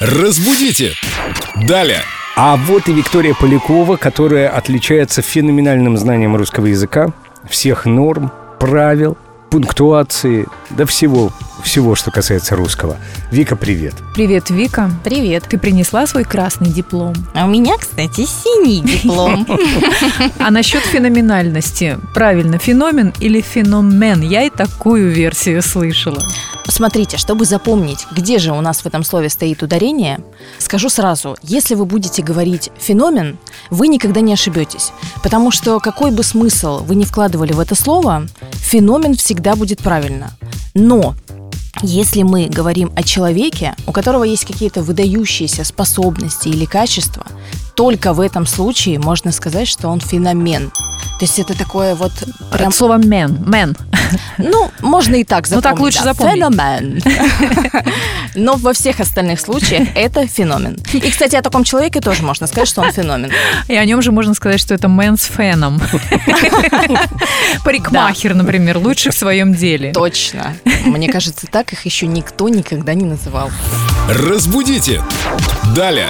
Разбудите! Далее! А вот и Виктория Полякова, которая отличается феноменальным знанием русского языка, всех норм, правил, пунктуации, да всего, всего, что касается русского. Вика, привет. Привет, Вика. Привет. Ты принесла свой красный диплом. А у меня, кстати, синий диплом. А насчет феноменальности. Правильно, феномен или феномен? Я и такую версию слышала. Смотрите, чтобы запомнить, где же у нас в этом слове стоит ударение, скажу сразу, если вы будете говорить «феномен», вы никогда не ошибетесь, потому что какой бы смысл вы не вкладывали в это слово, феномен всегда будет правильно. Но если мы говорим о человеке, у которого есть какие-то выдающиеся способности или качества, только в этом случае можно сказать, что он феномен. То есть это такое вот... прям- От слова «мен». «Мен». ну, можно и так Ну, запомнить. так лучше да. запомнить. Феномен. Но во всех остальных случаях это феномен. И, кстати, о таком человеке тоже можно сказать, что он феномен. И о нем же можно сказать, что это «мен» с «феном». Парикмахер, например, лучше в своем деле. Точно. Мне кажется, так их еще никто никогда не называл. Разбудите! Далее!